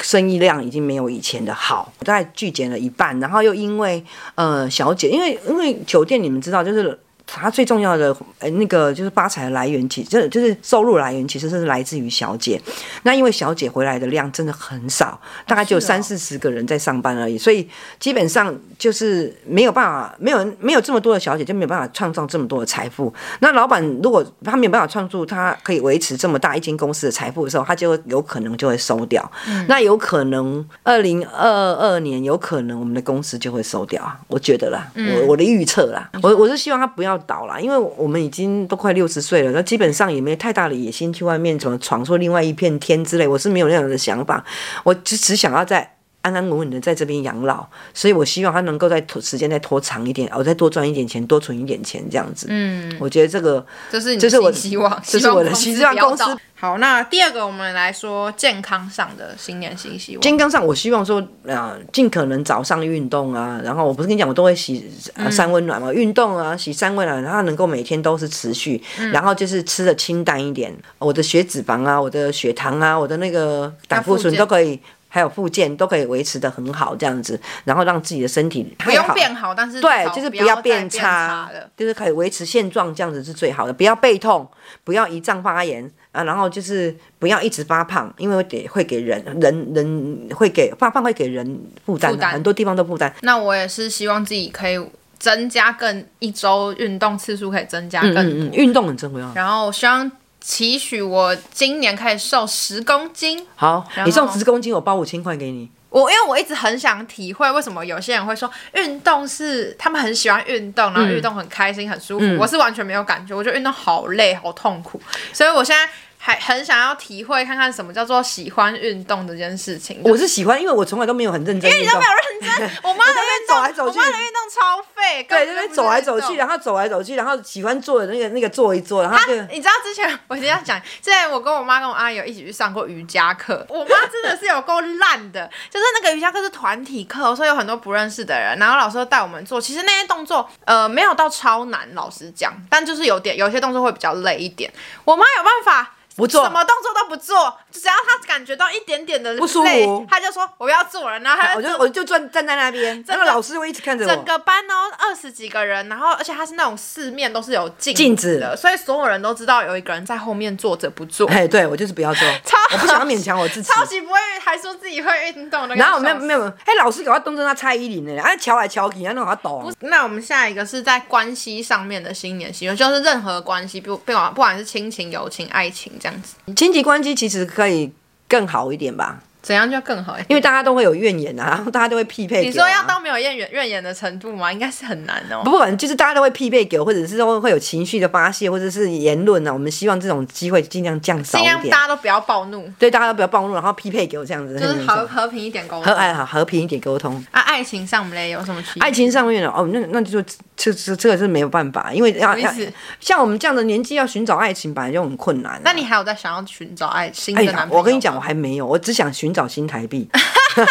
[SPEAKER 2] 生意量已经没有以前的好，大概巨减了一半，然后又因为呃小姐，因为因为酒店你们知道，就是它最重要的呃那个就是发财的来源，其这就是收入来源其实是来自于小姐。那因为小姐回来的量真的很少，大概只有
[SPEAKER 1] 是哦
[SPEAKER 2] 三四十个人在上班而已，所以基本上就是没有办法，没有没有这么多的小姐就没有办法创造这么多的财富。那老板如果他没有办法创造，他可以维持这么大一间公司的财富的时候，他就会有可能就会收掉。那有可能二零二二年有可能我们的公司就会收掉啊，我觉得啦，我我的预测啦，我我是希望他不要倒啦，因为我们已经都快六十岁了，那基本上也没太大的野心去外面怎么闯出另外一片天之类，我是没有那样的想法，我只只想要在。安安稳稳的在这边养老，所以我希望他能够再拖时间再拖长一点，我再多赚一点钱，多存一点钱这样子。嗯，我觉得这个
[SPEAKER 1] 这是你
[SPEAKER 2] 这是我
[SPEAKER 1] 的新希望，
[SPEAKER 2] 这是
[SPEAKER 1] 希望
[SPEAKER 2] 我的
[SPEAKER 1] 公司
[SPEAKER 2] 希望
[SPEAKER 1] 不要
[SPEAKER 2] 公司
[SPEAKER 1] 倒好，那第二个我们来说健康上的新年新希望。
[SPEAKER 2] 健康上，我希望说，啊，尽可能早上运动啊，然后我不是跟你讲，我都会洗呃
[SPEAKER 1] 嗯
[SPEAKER 2] 三温暖嘛，运动啊，洗三温暖，然后能够每天都是持续，
[SPEAKER 1] 嗯
[SPEAKER 2] 然后就是吃的清淡一点，我的血脂肪啊，我的血糖啊，我的那个胆固
[SPEAKER 1] 那附
[SPEAKER 2] 醇
[SPEAKER 1] 件
[SPEAKER 2] 都可以，还有附件都可以维持的很好，这样子，然后让自己的身体不
[SPEAKER 1] 不用变好，但是
[SPEAKER 2] 对
[SPEAKER 1] 至，少
[SPEAKER 2] 就是
[SPEAKER 1] 不
[SPEAKER 2] 要
[SPEAKER 1] 再
[SPEAKER 2] 变
[SPEAKER 1] 变
[SPEAKER 2] 差，
[SPEAKER 1] 了。
[SPEAKER 2] 就是可以维持现状，这样子是最好的。不要背痛，不要胰脏发炎啊，然后就是不要一直发胖，因为会给会给人人人会给发胖会给人负担
[SPEAKER 1] 负
[SPEAKER 2] 啊，
[SPEAKER 1] 担
[SPEAKER 2] 很多地方都负担。
[SPEAKER 1] 那我也是希望自己可以增加更一周运动次数，可以增加更多。
[SPEAKER 2] 嗯嗯，运动很重要。
[SPEAKER 1] 然后我希望期许我今年可以瘦十公斤。
[SPEAKER 2] 好，
[SPEAKER 1] 然
[SPEAKER 2] 你送
[SPEAKER 1] 后
[SPEAKER 2] 十公斤，我包五千块给你。
[SPEAKER 1] 我因为我一直很想体会为什么有些人会说运动是他们很喜欢运动，
[SPEAKER 2] 嗯
[SPEAKER 1] 然后运动很开心、很舒服。我是完全没有感觉，我觉得运动好累、好痛苦，所以我现在还很想要体会看看什么叫做喜欢运动这件事情。
[SPEAKER 2] 我是喜欢，因为我从来都没有很认真运动。
[SPEAKER 1] 我认真，我妈的
[SPEAKER 2] 我在那边
[SPEAKER 1] 运动，
[SPEAKER 2] 走来走去
[SPEAKER 1] 我妈的运动超废，
[SPEAKER 2] 对，
[SPEAKER 1] 根
[SPEAKER 2] 就
[SPEAKER 1] 本
[SPEAKER 2] 是
[SPEAKER 1] 不
[SPEAKER 2] 走来走
[SPEAKER 1] 运
[SPEAKER 2] 去，
[SPEAKER 1] 动
[SPEAKER 2] 然后走来走去，然后喜欢坐的那个那个坐一坐，然后就
[SPEAKER 1] 你知道之前我一定要讲，之前我跟我妈跟我阿姨有一起去上过瑜伽课，我妈真的是有够烂的，就是那个瑜伽课是团体课，所以有很多不认识的人，然后老师都带我们做，其实那些动作呃没有到超难，老实讲，但就是有点有些动作会比较累一点，我妈有办法。
[SPEAKER 2] 不做
[SPEAKER 1] 什么动作都不做，只要她感觉到一点点的
[SPEAKER 2] 不舒服
[SPEAKER 1] 累她就说我不要做了，然后她
[SPEAKER 2] 我
[SPEAKER 1] 就
[SPEAKER 2] 就我就站站在那边，然后老师会一直看着
[SPEAKER 1] 整
[SPEAKER 2] 我。
[SPEAKER 1] 个班哦，二十几个人，然后而且他是那种四面都是有镜
[SPEAKER 2] 镜
[SPEAKER 1] 子
[SPEAKER 2] 子
[SPEAKER 1] 的，所以所有人都知道有一个人在后面坐着不做，
[SPEAKER 2] 哎，对我就是不要做，我不想要勉强我自己。
[SPEAKER 1] 超级不会，还说自己会运动的。
[SPEAKER 2] 然后没有
[SPEAKER 1] 笑死
[SPEAKER 2] 没有，哎、老师搞到东正他蔡依林呢，啊瞧来瞧去，啊弄他懂。
[SPEAKER 1] 那我们下一个是在关系上面的新年希望，就是任何关系，不不管不管是亲情、友情、爱情这样子，
[SPEAKER 2] 亲戚关系其实可以更好一点吧，
[SPEAKER 1] 怎样就更好一点。
[SPEAKER 2] 因为大家都会有怨言啊，然后大家都会匹配、啊。
[SPEAKER 1] 你说要到没有怨言怨言的程度吗？应该是很难哦。
[SPEAKER 2] 不管就是大家都会匹配给我，或者是说会有情绪的发泄，或者是言论啊，我们希望这种机会尽量降少
[SPEAKER 1] 尽量
[SPEAKER 2] 一点
[SPEAKER 1] 大。家都不要暴怒，
[SPEAKER 2] 对，大家都不要暴怒，然后匹配给我这样子，
[SPEAKER 1] 就是和和平一点沟
[SPEAKER 2] 和
[SPEAKER 1] 通。
[SPEAKER 2] 哎好和平一点沟通。
[SPEAKER 1] 啊，爱情上我们嘞有什么区别？
[SPEAKER 2] 爱情上面哦，那那就这这这个是没有办法，因为要
[SPEAKER 1] 什么
[SPEAKER 2] 要
[SPEAKER 1] 意思
[SPEAKER 2] 像我们这样的年纪要寻找爱情本来就很困难、啊。
[SPEAKER 1] 那你还有在想要寻找爱新的
[SPEAKER 2] 哎
[SPEAKER 1] 男朋
[SPEAKER 2] 呀
[SPEAKER 1] 友，吗？
[SPEAKER 2] 我跟你讲，我还没有，我只想寻找新台 币，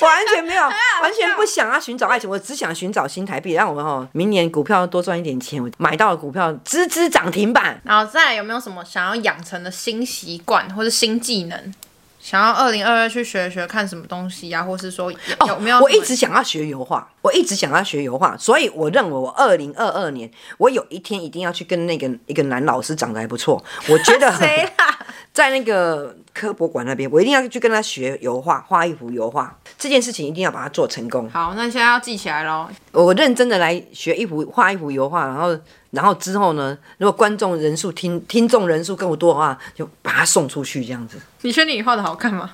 [SPEAKER 2] 我完全没有，
[SPEAKER 1] 啊
[SPEAKER 2] 完全不想要寻找爱情，我只想寻找新台币，让我哦明年股票多赚一点钱，我买到了股票支支涨停板。
[SPEAKER 1] 然后再来有没有什么想要养成的新习惯或者新技能？想要二零二二去学学看什么东西啊呀、或是说有,、有没有
[SPEAKER 2] 哦，我一
[SPEAKER 1] 什
[SPEAKER 2] 直
[SPEAKER 1] 么
[SPEAKER 2] 想要学油画，我一直想要学油画，所以我认为我二零二二年，我有一天一定要去跟那个一个男老师长得还不错，我觉得很
[SPEAKER 1] 谁啦？
[SPEAKER 2] 在那个科博馆那边，我一定要去跟他学油画，画一幅油画，这件事情一定要把它做成功。
[SPEAKER 1] 好，那现在要记起来喽。
[SPEAKER 2] 我认真的来学一幅画一幅油画，然后然后之后呢，如果观众人数听听众人数更多的话，就把它送出去这样子。
[SPEAKER 1] 你确定你画的好看吗？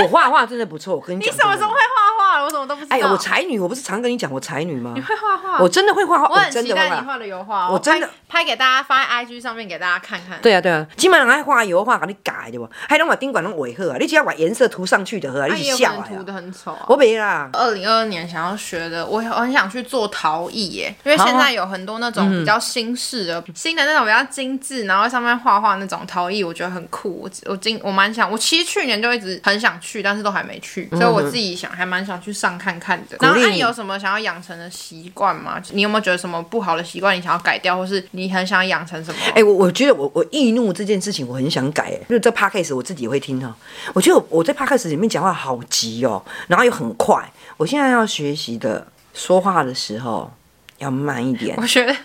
[SPEAKER 2] 我画画真的不错，我跟你
[SPEAKER 1] 你
[SPEAKER 2] 讲真
[SPEAKER 1] 什
[SPEAKER 2] 的。
[SPEAKER 1] 么时候会画画了？我怎么都不知道。
[SPEAKER 2] 哎，我才女，我不是常跟你讲我才女吗？
[SPEAKER 1] 会画画，
[SPEAKER 2] 我真的会画画，
[SPEAKER 1] 我很
[SPEAKER 2] 真
[SPEAKER 1] 期
[SPEAKER 2] 的会
[SPEAKER 1] 待
[SPEAKER 2] 画
[SPEAKER 1] 你。画的油画、哦，
[SPEAKER 2] 我真的
[SPEAKER 1] 拍拍给大家发在 IG 上面给大家看看。
[SPEAKER 2] 对啊，对啊，基本上爱画油画，给你改对不？还拢把顶管拢画好啊，你只要把颜色涂上去就好啊，
[SPEAKER 1] 那
[SPEAKER 2] 你
[SPEAKER 1] 也
[SPEAKER 2] 是
[SPEAKER 1] 有
[SPEAKER 2] 笑
[SPEAKER 1] 可
[SPEAKER 2] 啊
[SPEAKER 1] 哎能。涂的很丑、啊。
[SPEAKER 2] 我没啦，
[SPEAKER 1] 二零二二年想要学的，我很想去做陶艺耶，因为
[SPEAKER 2] 好啊啊
[SPEAKER 1] 现在有很多那种比较新式的、新的那种比较精致，然后上面画画那种陶艺，我觉得很酷。我我今我蛮想，我其实去年就一直很想去，但是都还没去，所以我自己想还蛮想去上看看的。然后
[SPEAKER 2] 嗯励
[SPEAKER 1] 那
[SPEAKER 2] 你
[SPEAKER 1] 你有什么想要养成的习惯吗？你有没有觉得什么不好的习惯你想要改掉，或是你很想养成什么？
[SPEAKER 2] 哎、我我觉得我我易怒这件事情，我很想改、哎，就是这 podcast 我自己也会听哦、我觉得我在 podcast 里面讲话好急哦、然后又很快。我现在要学习的，说话的时候要慢一点
[SPEAKER 1] 我，觉得，
[SPEAKER 2] 哎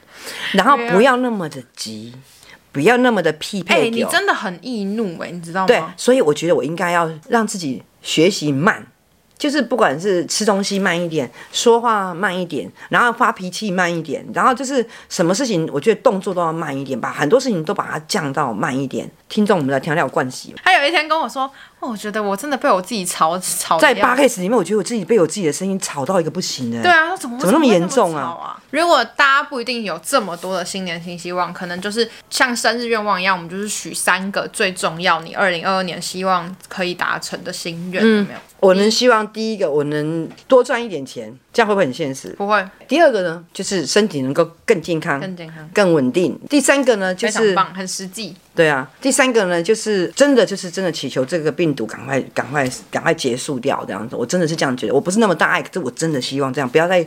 [SPEAKER 2] 然后不要那么的急，不要那么的匹
[SPEAKER 1] 啊哎、
[SPEAKER 2] 配、
[SPEAKER 1] 你
[SPEAKER 2] 哦
[SPEAKER 1] 真的很易怒哎，你知道吗？
[SPEAKER 2] 对，所以我觉得我应该要让自己学习慢，就是不管是吃东西慢一点，说话慢一点，然后发脾气慢一点，然后就是什么事情，我觉得动作都要慢一点，把很多事情都把它降到慢一点。听众，我们来调调惯习。
[SPEAKER 1] 他有一天跟我说，哦，我觉得我真的被我自己吵吵得
[SPEAKER 2] 在
[SPEAKER 1] 要死
[SPEAKER 2] p o d c a s 里面，我觉得我自己被我自己的声音吵到一个不行的。
[SPEAKER 1] 对啊，他怎么会
[SPEAKER 2] 怎么那么
[SPEAKER 1] 会
[SPEAKER 2] 严重啊
[SPEAKER 1] 吵啊？如果大家不一定有这么多的新年新希望，可能就是像生日愿望一样，我们就是许三个最重要，你二零二二年希望可以达成的心愿，有没有？
[SPEAKER 2] 我能希望第一个我能多赚一点钱，这样会不会很现实？
[SPEAKER 1] 不会，
[SPEAKER 2] 第二个呢，就是身体能够更健康、
[SPEAKER 1] 更健康。
[SPEAKER 2] 更稳定。第三个呢，就
[SPEAKER 1] 非常
[SPEAKER 2] 是
[SPEAKER 1] 棒，很实际。
[SPEAKER 2] 对啊，第三个呢，就是真的就是真的祈求这个病毒赶快赶快赶快结束掉这样子，我真的是这样觉得，我不是那么大爱，可是我真的希望这样，不要再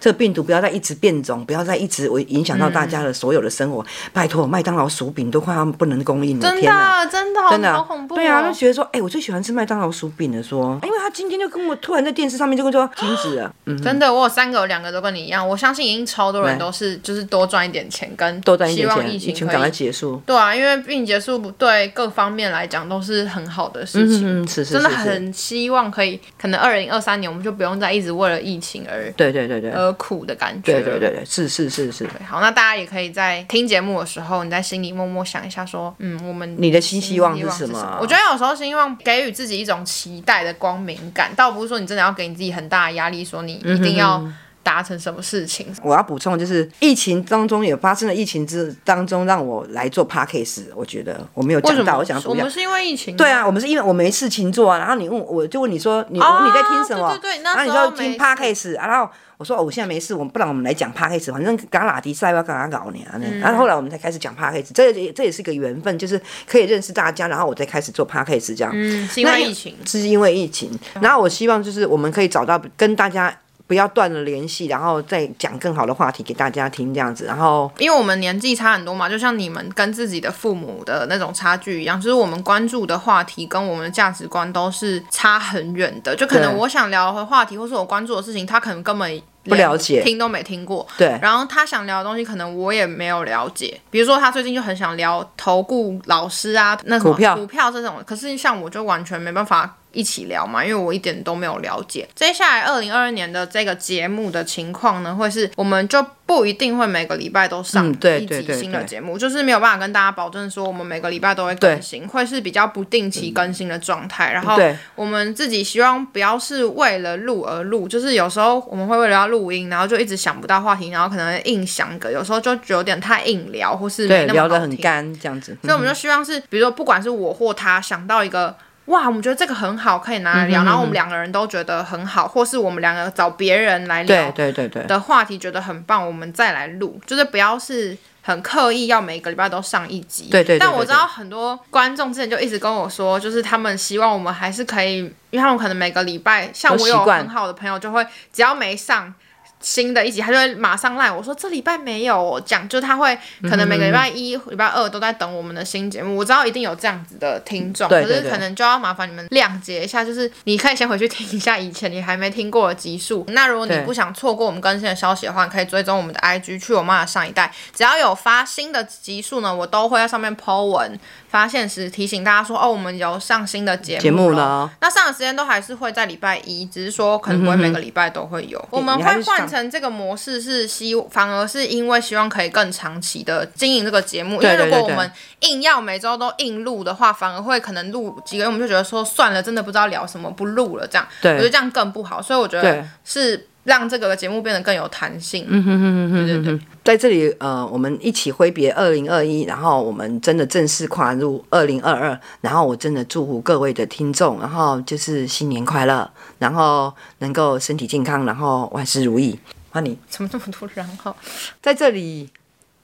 [SPEAKER 2] 这个病毒不要再一直变种，不要再一直我影响到大家的所有的生活，拜托，麦当劳薯饼都快要不能供应了，
[SPEAKER 1] 嗯真
[SPEAKER 2] 天哪！
[SPEAKER 1] 的，啊真的，好
[SPEAKER 2] 真的、
[SPEAKER 1] 好恐怖、哦。
[SPEAKER 2] 对啊，就觉得说，哎、我最喜欢吃麦当劳薯饼了。说，哎因为他今天就跟我突然在电视上面就跟我说停止了，嗯，
[SPEAKER 1] 真的，我有三个，有两个都跟你一样。我相信已经超多人
[SPEAKER 2] 对
[SPEAKER 1] 都是，就是多赚一点钱，跟
[SPEAKER 2] 多赚一
[SPEAKER 1] 希
[SPEAKER 2] 点
[SPEAKER 1] 望
[SPEAKER 2] 钱，
[SPEAKER 1] 疫
[SPEAKER 2] 疫
[SPEAKER 1] 情
[SPEAKER 2] 情
[SPEAKER 1] 可
[SPEAKER 2] 赶快
[SPEAKER 1] 以。
[SPEAKER 2] 结束。
[SPEAKER 1] 对啊，因为病结束不对各方面来讲都是很好的事情。啊
[SPEAKER 2] 嗯，是是是是，
[SPEAKER 1] 真的很希望可以，可能二零二三年我们就不用再一直为了疫情而
[SPEAKER 2] 对对对对，
[SPEAKER 1] 而苦的感觉。
[SPEAKER 2] 对对对对，是是是是。
[SPEAKER 1] 对好，那大家也可以在听节目的时候，你在心里默默想一下，说，嗯，我们
[SPEAKER 2] 你的新希望是什
[SPEAKER 1] 什
[SPEAKER 2] 么？
[SPEAKER 1] 我觉得有时候新希望给予自己一种期待的光明感，倒不是说你真的要给你自己很大的压力，说你一定要
[SPEAKER 2] 嗯
[SPEAKER 1] 达成什么事情。
[SPEAKER 2] 我要补充，就是疫情当中也发生了疫情之当中，让我来做 podcast，我觉得我没有
[SPEAKER 1] 为什
[SPEAKER 2] 讲到，
[SPEAKER 1] 么？
[SPEAKER 2] 我想要
[SPEAKER 1] 我
[SPEAKER 2] 补讲
[SPEAKER 1] 们。是因为疫情吗。
[SPEAKER 2] 对啊，我们是因为我没事情做啊，然后你问我，我就问你说你、
[SPEAKER 1] 哦
[SPEAKER 2] 你在听什么？
[SPEAKER 1] 对对对那
[SPEAKER 2] 然后你
[SPEAKER 1] 时候
[SPEAKER 2] 说听
[SPEAKER 1] 没
[SPEAKER 2] podcast，、啊、然后我说、哦我现在没事，我们不然我们来讲 podcast，反正嘎拉迪赛要干嘛搞你啊？
[SPEAKER 1] 嗯
[SPEAKER 2] 然后后来我们才开始讲 podcast，这也这也是个缘分，就是可以认识大家，然后我再开始做 podcast 这样。
[SPEAKER 1] 嗯，是因
[SPEAKER 2] 那
[SPEAKER 1] 为
[SPEAKER 2] 因
[SPEAKER 1] 疫情。
[SPEAKER 2] 是因为疫情。然后我希望就是我们可以找到跟大家不要断了联系，然后再讲更好的话题给大家听这样子。然后
[SPEAKER 1] 因为我们年纪差很多嘛，就像你们跟自己的父母的那种差距一样，就是我们关注的话题跟我们的价值观都是差很远的。就可能
[SPEAKER 2] 对
[SPEAKER 1] 我想聊的话题，或是我关注的事情，他可能根本不
[SPEAKER 2] 了解
[SPEAKER 1] 听都没听过。
[SPEAKER 2] 对
[SPEAKER 1] 然后他想聊的东西，可能我也没有了解。比如说，他最近就很想聊投顾老师啊，那什么
[SPEAKER 2] 股票
[SPEAKER 1] 股票这种，可是像我就完全没办法。一起聊嘛，因为我一点都没有了解。接下来二零二二年的这个节目的情况呢，会是我们就不一定会每个礼拜都上
[SPEAKER 2] 嗯对
[SPEAKER 1] 一
[SPEAKER 2] 对
[SPEAKER 1] 集
[SPEAKER 2] 对
[SPEAKER 1] 新的
[SPEAKER 2] 对
[SPEAKER 1] 节目，就是没有办法跟大家保证说我们每个礼拜都会更新，会是比较不定期更新的状态。然后
[SPEAKER 2] 嗯对
[SPEAKER 1] 我们自己希望不要是为了录而录，就是有时候我们会为了要录音，然后就一直想不到话题，然后可能硬想个，有时候就有点太硬聊，或是
[SPEAKER 2] 对
[SPEAKER 1] 没那么
[SPEAKER 2] 聊得
[SPEAKER 1] 好
[SPEAKER 2] 很
[SPEAKER 1] 听。
[SPEAKER 2] 干这样子。嗯
[SPEAKER 1] 所以我们就希望是，比如说不管是我或他想到一个。哇，我们觉得这个很好，可以拿
[SPEAKER 2] 嗯
[SPEAKER 1] 来聊，然后我们两个人都觉得很好，或是我们两个找别人来聊
[SPEAKER 2] 对，对对对，
[SPEAKER 1] 的话题觉得很棒，我们再来录，就是不要是很刻意要每个礼拜都上一集。
[SPEAKER 2] 对对对
[SPEAKER 1] 但我
[SPEAKER 2] 对
[SPEAKER 1] 知道很多观众之前就一直跟我说，就是他们希望我们还是可以，因为他们可能每个礼拜，像
[SPEAKER 2] 有
[SPEAKER 1] 我有
[SPEAKER 2] 习惯
[SPEAKER 1] 很好的朋友就会，只要没上。新的一集，他就会马上赖我说这礼拜没有我讲，就他会可能每个礼拜一、礼拜二都在等我们的新节目。我知道一定有这样子的听众，
[SPEAKER 2] 对
[SPEAKER 1] 可是
[SPEAKER 2] 对对
[SPEAKER 1] 可能就要麻烦你们谅解一下，就是你可以先回去听一下以前你还没听过的集数。那如果你
[SPEAKER 2] 对
[SPEAKER 1] 不想错过我们更新的消息的话，你可以追踪我们的 IG 去我妈的上一代，只要有发新的集数呢，我都会在上面 po 文发现时提醒大家说哦，我们有上新的节目
[SPEAKER 2] 节目了
[SPEAKER 1] 咯
[SPEAKER 2] 哦
[SPEAKER 1] 那上的时间都还是会在礼拜一，只是说可能不会每个礼拜都会有。我们
[SPEAKER 2] 嗯你还
[SPEAKER 1] 会
[SPEAKER 2] 是
[SPEAKER 1] 换
[SPEAKER 2] 想
[SPEAKER 1] 成这个模式，是希反而是因为希望可以更长期的经营这个节目。因为
[SPEAKER 2] 对对
[SPEAKER 1] 如果
[SPEAKER 2] 对
[SPEAKER 1] 我
[SPEAKER 2] 对
[SPEAKER 1] 们硬要每周都硬录的话，反而会可能录几个月我们就觉得说算了，真的不知道聊什么，不录了这样。
[SPEAKER 2] 对
[SPEAKER 1] 我觉得这样更不好，所以我觉得
[SPEAKER 2] 对
[SPEAKER 1] 是让这个节目变得更有弹性。嗯对对对，
[SPEAKER 2] 在这里，呃，我们一起挥别二零二一，然后我们真的正式跨入二零二二，然后我真的祝福各位的听众，然后就是新年快乐，然后能够身体健康，然后万事如意。欢迎
[SPEAKER 1] 怎么这么多然后？
[SPEAKER 2] 在这里，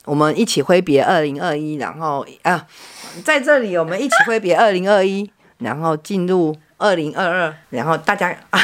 [SPEAKER 2] 我们一起挥别二零二一，然后啊，在这里我们一起挥别二零二一， 然后进入二零二二，然后大家啊，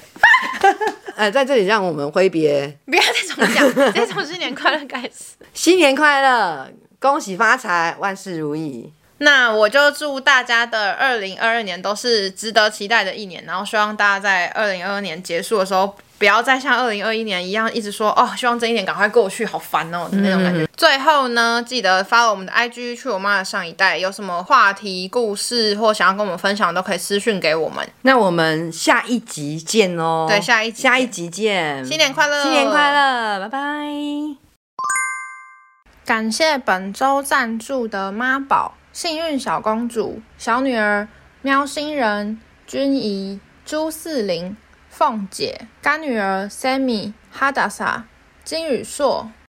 [SPEAKER 2] 呃，在这里让我们挥别
[SPEAKER 1] 不要再重讲，直接从新年快乐开始。
[SPEAKER 2] 新年快乐，恭喜发财，万事如意。
[SPEAKER 1] 那我就祝大家的二零二二年都是值得期待的一年，然后希望大家在二零二二年结束的时候，不要再像二零二一年一样一直说哦，希望这一年赶快过去，好烦哦的那种感
[SPEAKER 2] 嗯
[SPEAKER 1] 觉。最后呢，记得 follow 我们的 IG 去我妈的上一代，有什么话题、故事或想要跟我们分享，都可以私讯给我们。
[SPEAKER 2] 那我们下一集见哦。
[SPEAKER 1] 对下一集见
[SPEAKER 2] 下一集见。
[SPEAKER 1] 新年快乐！
[SPEAKER 2] 新年快！乐，拜拜。
[SPEAKER 1] 感谢本周赞助的妈宝、幸运小公主、小女儿、喵星人、君怡、朱四零、凤姐、干女儿 Sammy、哈达萨、金宇硕、